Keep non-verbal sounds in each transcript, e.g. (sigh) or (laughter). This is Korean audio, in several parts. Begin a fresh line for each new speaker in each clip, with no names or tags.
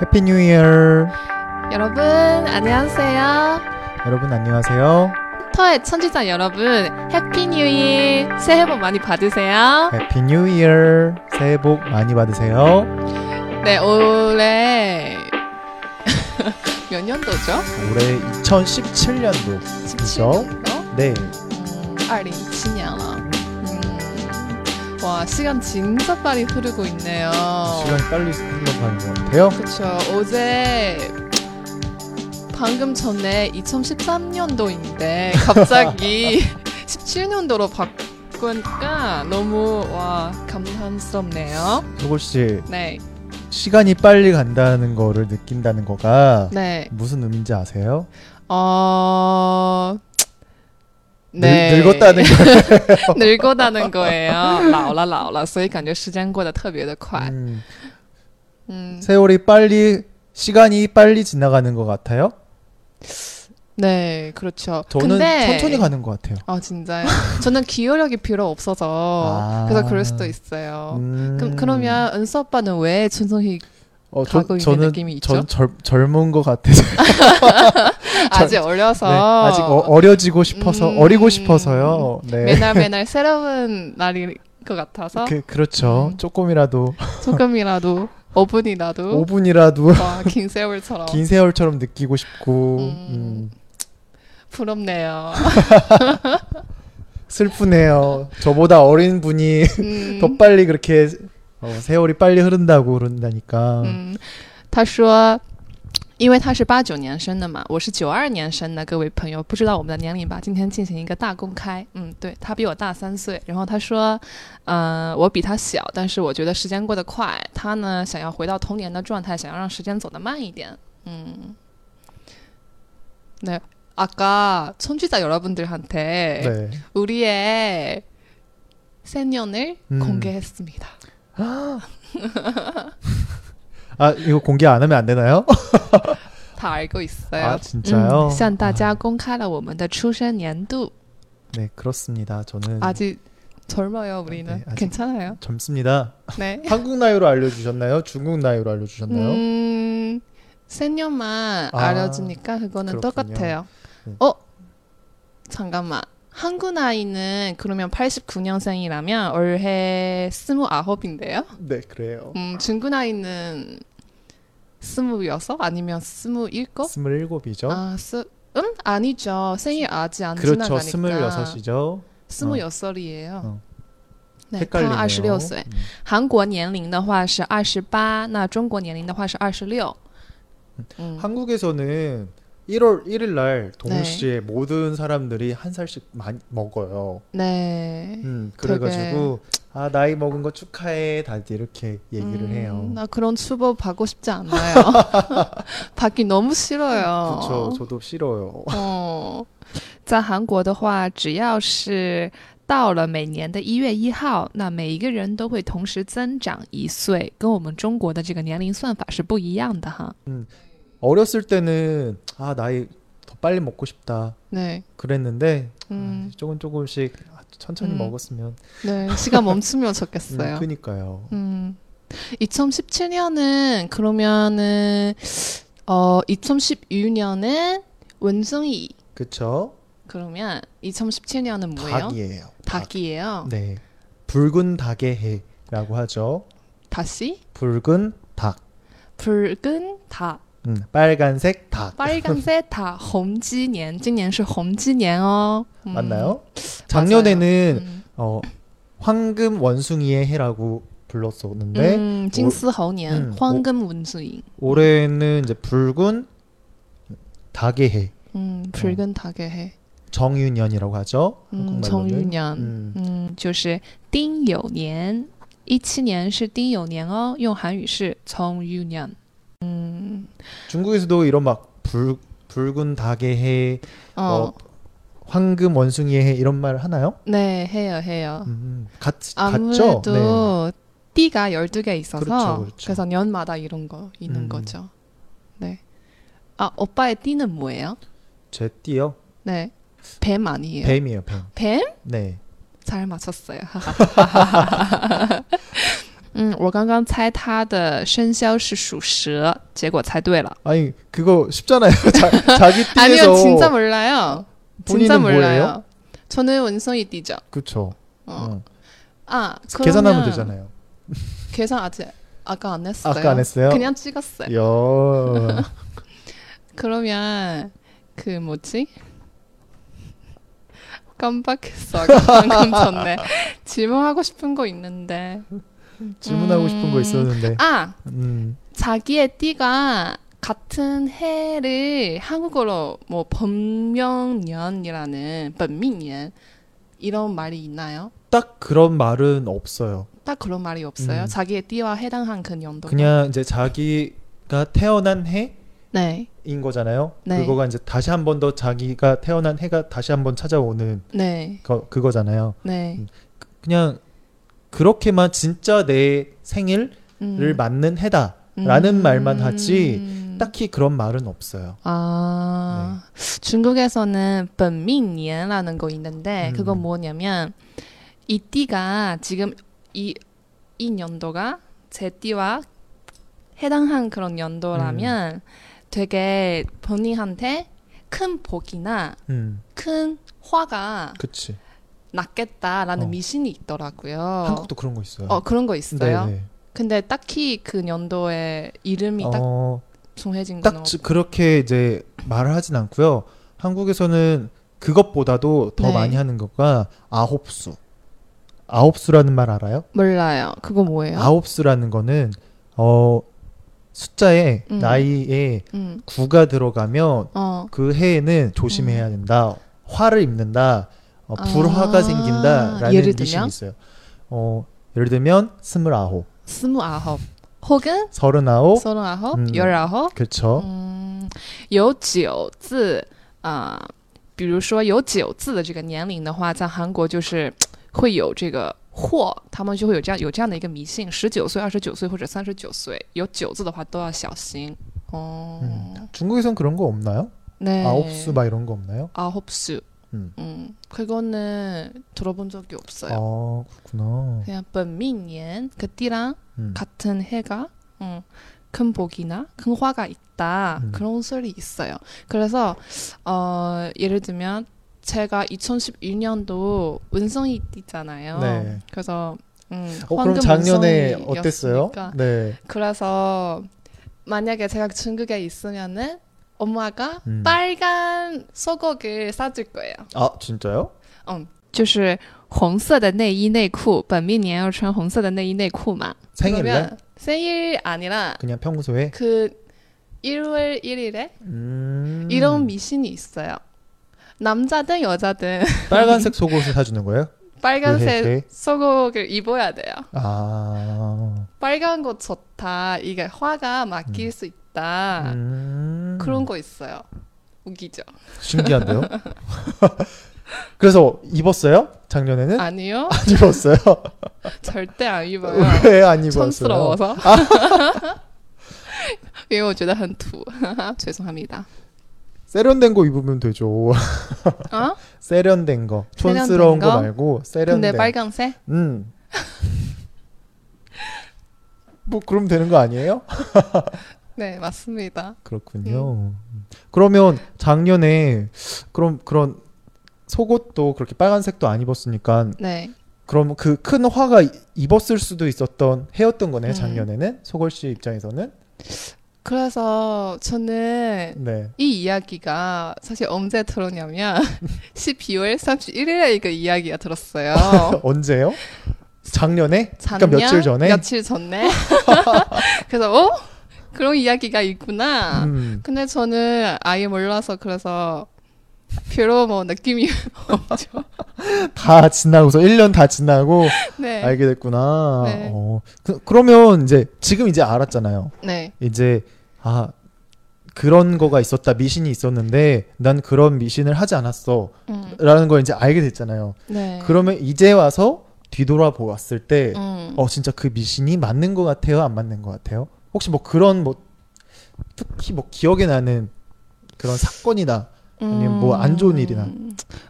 해피 뉴 이어
여러분 안녕하세요.
여러분 안녕하세요
터의 천지자 여러분 해피 뉴 이어 새해 복 많이 받으세요.
해피 뉴 이어 새해 복 많이 받으세요
네 올해 (laughs) 몇 년도죠?
올해 2017년도
17년도?
네
2017년. 음, 와 시간 진짜 빨리 흐르고 있네요. 어.
시간이 빨리 흘러가는 것 같아요
그쵸 어제 방금 전에 2013년도인데 갑자기
(laughs)
17년도로 바꾸니까 너무 와 감탄스럽네요.
조금씩
네,
시간이 빨리 간다는 거를 느낀다는 거가
네,
무슨 의미인지 아세요?
어, 네.
늙, 늙었다는 거
(laughs) 늙었다는 거예요. 老了老了，所以感觉时间过得特别的快。
음,
음,
세월이 빨리 시간이 빨리 지나가는 것 같아요
네, 그렇죠.
저는
근데
천천히 가는 것 같아요
아 진짜요? 저는 기여력이 별로 없어서
아.
그래서 그럴 수도 있어요.
음.
그럼 그러면 은수 오빠는 왜 준성이
어,
가고 있는 느낌이 있죠?
전 젊, 젊은 것 같아서
아직 어려서
네, 아직 어, 려지고 싶어서
음.
어리고 싶어서요. 네.
매날 매날 새로운 날일 것 같아서
그, 그렇죠.
음.
조금이라도 (laughs)
조금이라도 5분이라도 어,
5분이라도 (laughs)
긴 세월처럼
긴 세월처럼 느끼고 싶고
음.
음, (laughs)
부럽네요.
슬프네요. 저보다 어린 분이
음,
더 빨리 그렇게 어, 세월이 빨리 흐른다고 그런다니까.
嗯，他说。因为他是八九年生的嘛，我是九二年生的，各位朋友，不知道我们的年龄吧？今天进行一个大公开。嗯，对他比我大三岁，然后他说，呃，我比他小，但是我觉得时间过得快。他呢，想要回到童年的状态，想要让时间走得慢一点。嗯，네아까청취자여러분들한테
네.
우리의생년을
음.
공개했습니다
아 이거 공개 안 하면 안 되나요?
다 알고 있어요.
아 진짜요?
向大家公开了我们的出生年度。
네 그렇습니다. 저는
아직 젊어요, 우리는.
네, 아직- (laughs)
괜찮아요.
젊습니다.
네.
한국 나이로 알려주셨나요? 중국 나이로 알려주셨나요?
음, 생년만
아,
알려주니까 그거는
그렇군요.
똑같아요.
네.
어? 잠깐만. 한국 나이는 그러면 89년생이라면 올해 29인데요?
네 그래요.
음, 중국 나이는 26? 아니면 27?
스물일곱이죠.
아, 스, 음? 아니죠. 생일 아직 안
그렇죠.
지나가니까.
스물여섯이죠.
26살이에요.
어.
네,
헷갈리네요.
26살.
嗯
韩国年龄的话是二十八，那中国年龄的话是二十六。嗯，
음. 한국에서는 1월 1일 날
네.
동시에 모든 사람들이 한 살씩 많이 먹어요.
对。
음, 그래가지고 아 나이 먹은 거 축하해 다들 이렇게
음,
얘기를 해요.
나 그런 추보 받고 싶지 않아요. (laughs) 받기 너무 싫어요.
그렇죠. 저도 싫어요.
哦，在韩国的话，只要是到了每年的一月一号，那每一个人都会同时增长一岁，跟我们中国的这个年龄算法是不一样的
嗯
哈。
어렸을 때는 아 나이 더 빨리 먹고 싶다
对，
그랬는데
嗯
아, ， 조금 조금씩 천천히
음.
먹었으면.
对， 네, 시간멈추면좋겠어요
음, 그니까요.
음, 2017년은 그러면은 어 2016년은 원숭이
그쵸?
그러면 2017년은 뭐예요?
닭이에요.
이에요
네. 붉은 닭의 해라고 하죠.
다시
붉은 닭.
붉은 다
음, 빨간색 닭. (laughs)
빨간색 다 홈지년 今年是 홈지년哦 음,
맞나요? 작년에는
음,
어, 황금 원숭이의 해라고 불렀었는데
음,
음,
진스猴年
오-
황금 원숭이
올해는 이제 붉은 닭의 해
음 붉은 닭의 해
정유년이라고 하죠. 한국말로는.
음, 정유년
아, 음,
嗯，就是丁酉年，一七年是丁酉年哦，用韩语是从 u n i o n
중국에서도 이런 막 붉, 붉은 닭의 해,
哦，
황금 원숭이의 해 이런 말 하나요?
네해요해요
음, 같, 같죠? 네.
아무래도 띠가 12개 있어서
그렇죠, 그렇죠.
래서 년마다 이런 거 있는
음.
거죠. 네. 아, 오빠의 띠는 뭐예요?
제 띠요?
네. 뱀 아니에요.
뱀이에요, 뱀.
뱀?
네. (laughs)
잘 맞췄어요. (laughs) 음, 我刚刚猜他的生肖是属蛇，结果猜对了。
아니 그거 쉽잖아요. (laughs) 자, 자기
아니요, 진짜
띠에서
몰라요. 진짜
본인은
몰라요. 저는 원숭이 띠죠.
그쵸.
어.
응.
아, 그러면
계산하면 되잖아요.
계산 아직 아까 안 했어요.
아까 안 했어요?
그냥 찍었어요. (laughs)
여.
그러면 그 뭐지? (laughs) 깜빡했어. 아까 방금
(laughs)
전에 질문하고 싶은 거 있는데.
질문하고 싶은 거
음.
있었는데.
아,
음.
자기의 띠가 같은 해를 한국어로 뭐 번명년이라는 번민년 이런 말이 있나요?
딱 그런 말은 없어요.
딱 그런 말이 없어요.
음.
자기의 띠와 해당한 그 연도.
그냥 이제 자기가 태어난 해.
네,
인 거잖아요.
네.
그거가 이제 다시 한 번 더 자기가 태어난 해가 다시 한 번 찾아오는
네,
거, 그거잖아요.
네.
그냥 그렇게만 진짜 내 생일을
음.
맞는 해다라는
음.
말만 하지 딱히 그런 말은 없어요.
아,
네.
중국에서는本命年라는 거 있는데
음.
그건 뭐냐면 이 띠가 지금 이, 이 연도가 제 띠와 해당한 그런 연도라면
음.
되게 본인한테 큰 복이나
음,
큰 화가
그치.
났겠다라는
어.
미신이 있더라고요.
한국도 그런 거 있어요.
어 그런 거 있어요.
네, 네.
근데 딱히 그 연도의 이름이 딱
어,
정해진 건
딱 지- 그렇게 이제 말을 하진 않고요. 한국에서는 그것보다도 더
네.
많이 하는 거가 아홉수. 아홉수라는 말 알아요?
몰라요. 그거 뭐예요?
아홉수라는 거는 어 숫자에
음.
나이에
음.
구가 들어가면
어.
그 해에는 조심해야 된다. 화를 입는다. 어, 불화가
음. 아,
생긴다라는
예를
미신이
들면?
있어요. 어 예를 들면 스물아홉,
스물아홉 혹은
서른아홉,
서른아홉,
음.
열아홉.
그렇죠.
음. 嗯，有九字啊、比如说有九字的这个年龄的话，在韩国就是会有这个祸，他们就会有这样有这样的一个迷信：十九岁、二十九岁或者三十九岁，有九字的话都要小心。哦，
嗯 중국에선 그런 거 없나요? 啊
네
아홉수 막 이런 거 없나요?
아홉 수.
음.
음, 그거는 들어본 적이 없어요.
아 그렇구나.
그냥本命年 그때랑
음.
같은 해가 음, 큰 복이나 큰 화가 있다
음.
그런 소리 있어요. 그래서 어, 예를 들면 제가 2011년도 은성이 있잖아요.
네.
그래서 음,
어,
황금
그럼 작년에
은성이였으니까.
어땠어요? 네.
그래서 만약에 제가 중국에 있으면은 엄마가
음.
빨간 속옷을 사줄 거예요.
아 진짜요?
嗯，就是红色的内衣内裤，本命年要穿红色的内衣内裤嘛。
생일날
그러면 생일 아니라
그냥 평소에.
그 1월 1일에
음.
그 이런 미신이 있어요. 남자든 여자든 (laughs)
빨간색 속옷을 사주는 거예요? 네,
빨간색
네.
속옷을 입어야 돼요.
아.
빨간 거 좋다. 이게 화가 막힐 수 있다.
음.
아. 그런 거 있어요. 웃기죠?
신기한데요?
(laughs)
그래서 입었어요? 작년에는? (laughs)
아니요,
안 입었어요?
절대 안 입어요.
(laughs) 왜 안 입었어요? 아.
촌스러워서. (laughs) 因为我觉得很土 (laughs) 죄송합니다.
세련된 거 입으면 되죠. (laughs)
어?
세련된 거.
세련된
촌스러운 거
거?
말고
근데
세련된.
빨간색?
음. 뭐 그럼 되는 거 아니에요?
네, 맞습니다.
그렇군요. 그러면 작년에 그럼 그런 속옷도 그렇게 빨간색도 안 입었으니까
네.
그럼 그 큰 화가 이- 입었을 수도 있었던 해였던 거네요
음.
작년에는 소걸 씨 입장에서는
그래서 저는
네
이 이야기가 사실 언제 들었냐면 (laughs) 12월 31일에 그 이야기가 들었어요.
언제요? 작년에?
작년
그러니까 며칠 전에?
며칠
(laughs)
전에. 그래서 어? 그런 이야기가 있구나.
음.
근데 저는 아예 몰라서 그래서 별로 뭐 느낌이
(laughs)
(laughs) 없죠.
다 지나고서 1년 다 지나고
네.
알게 됐구나.
네.
어. 그, 그러면 이제 지금 이제 알았잖아요.
네.
이제 아 그런 거가 있었다 미신이 있었는데 난 그런 미신을 하지 않았어라는
음.
걸 이제 알게 됐잖아요.
네.
그러면 이제 와서 뒤돌아보았을 때
음.
어 진짜 그 미신이 맞는 것 같아요 안 맞는 것 같아요 혹시 뭐 그런 뭐 특히 뭐 기억에 나는 그런 사건이나
嗯，
뭐안 좋은 일이나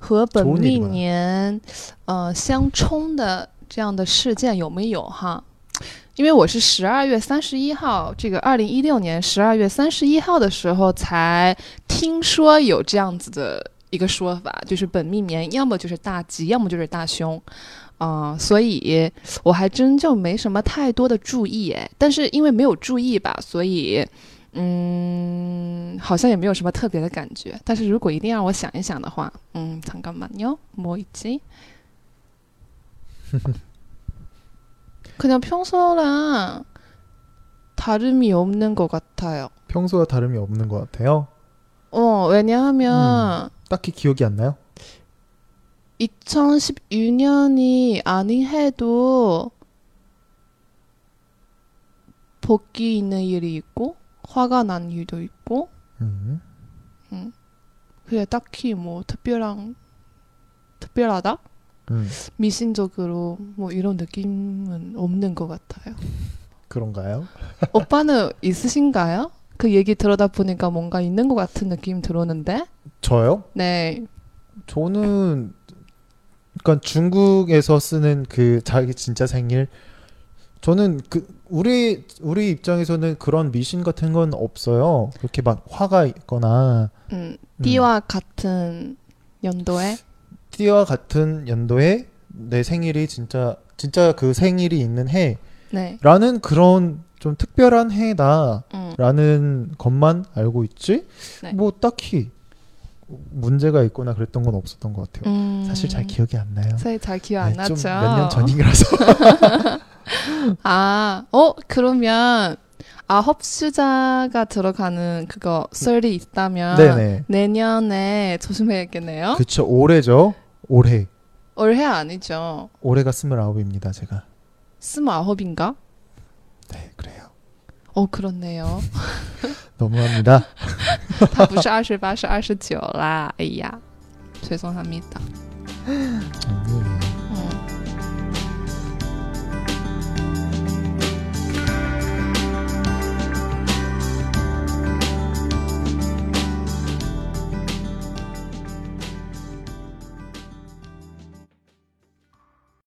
和本
좋은 일이구나
命年呃相冲的这样的事件有没有哈？因为我是十二月三十一号，这个二零一六年十二月三十一号的时候才听说有这样子的一个说法，就是本命年要么就是大吉，要么就是大凶。啊、所以我还真就没什么太多的注意哎，但是因为没有注意吧，所以嗯，好像也没有什么特别的感觉。但是如果一定让我想一想的话，嗯，잠깐만요뭐있지 그냥 평소랑 다름이 없는 것 같아요.
평소와 다름이 없는 것 같아요.
어, 왜냐하면
딱히 기억이 안 나요.
2016년이 아니 해도 복귀 있는 일이 있고 화가 난 일도 있고
음.
그게 딱히 뭐 특별한 특별하다?
음.
미신적으로 뭐 이런 느낌은 없는
(laughs)
것 같아요.
그런가요?
오빠는 있으신가요? 그 얘기 들어다 보니까 뭔가 있는 것 같은 느낌 들었는데.
저요?
네.
저는 그러니까 중국에서 쓰는 그 자기 진짜 생일 저는 그 우리 우리 입장에서는 그런 미신 같은 건 없어요. 그렇게 막 화가 있거나
음,
음,
띠와 같은 연도에.
띠와 같은 연도에 내 생일이 진짜 진짜 그 생일이 있는
네.
해라는 그런 좀 특별한 해다라는
음.
것만 알고 있지.
네.
뭐 딱히 문제가 있거나 그랬던 건 없었던 것 같아요.
음.
사실 잘 기억이 안 나요.
사실 잘 기억 안 나죠.
아, 좀몇 년 전이라서.
(laughs) 아, 어 그러면 아 흡수자가 들어가는 그거 썰이 있다면
네네.
내년에 조심해야겠네요.
아. 그쵸 올해죠. 올해.
올해 어, 아니죠.
올해가 스물아홉입니다. 제가.
스물아홉인가?
네 그래요.
어 그렇네요.
(laughs) 너무합니다.
他不是二十八，是二十九啦。哎呀，죄송합니다。
嗯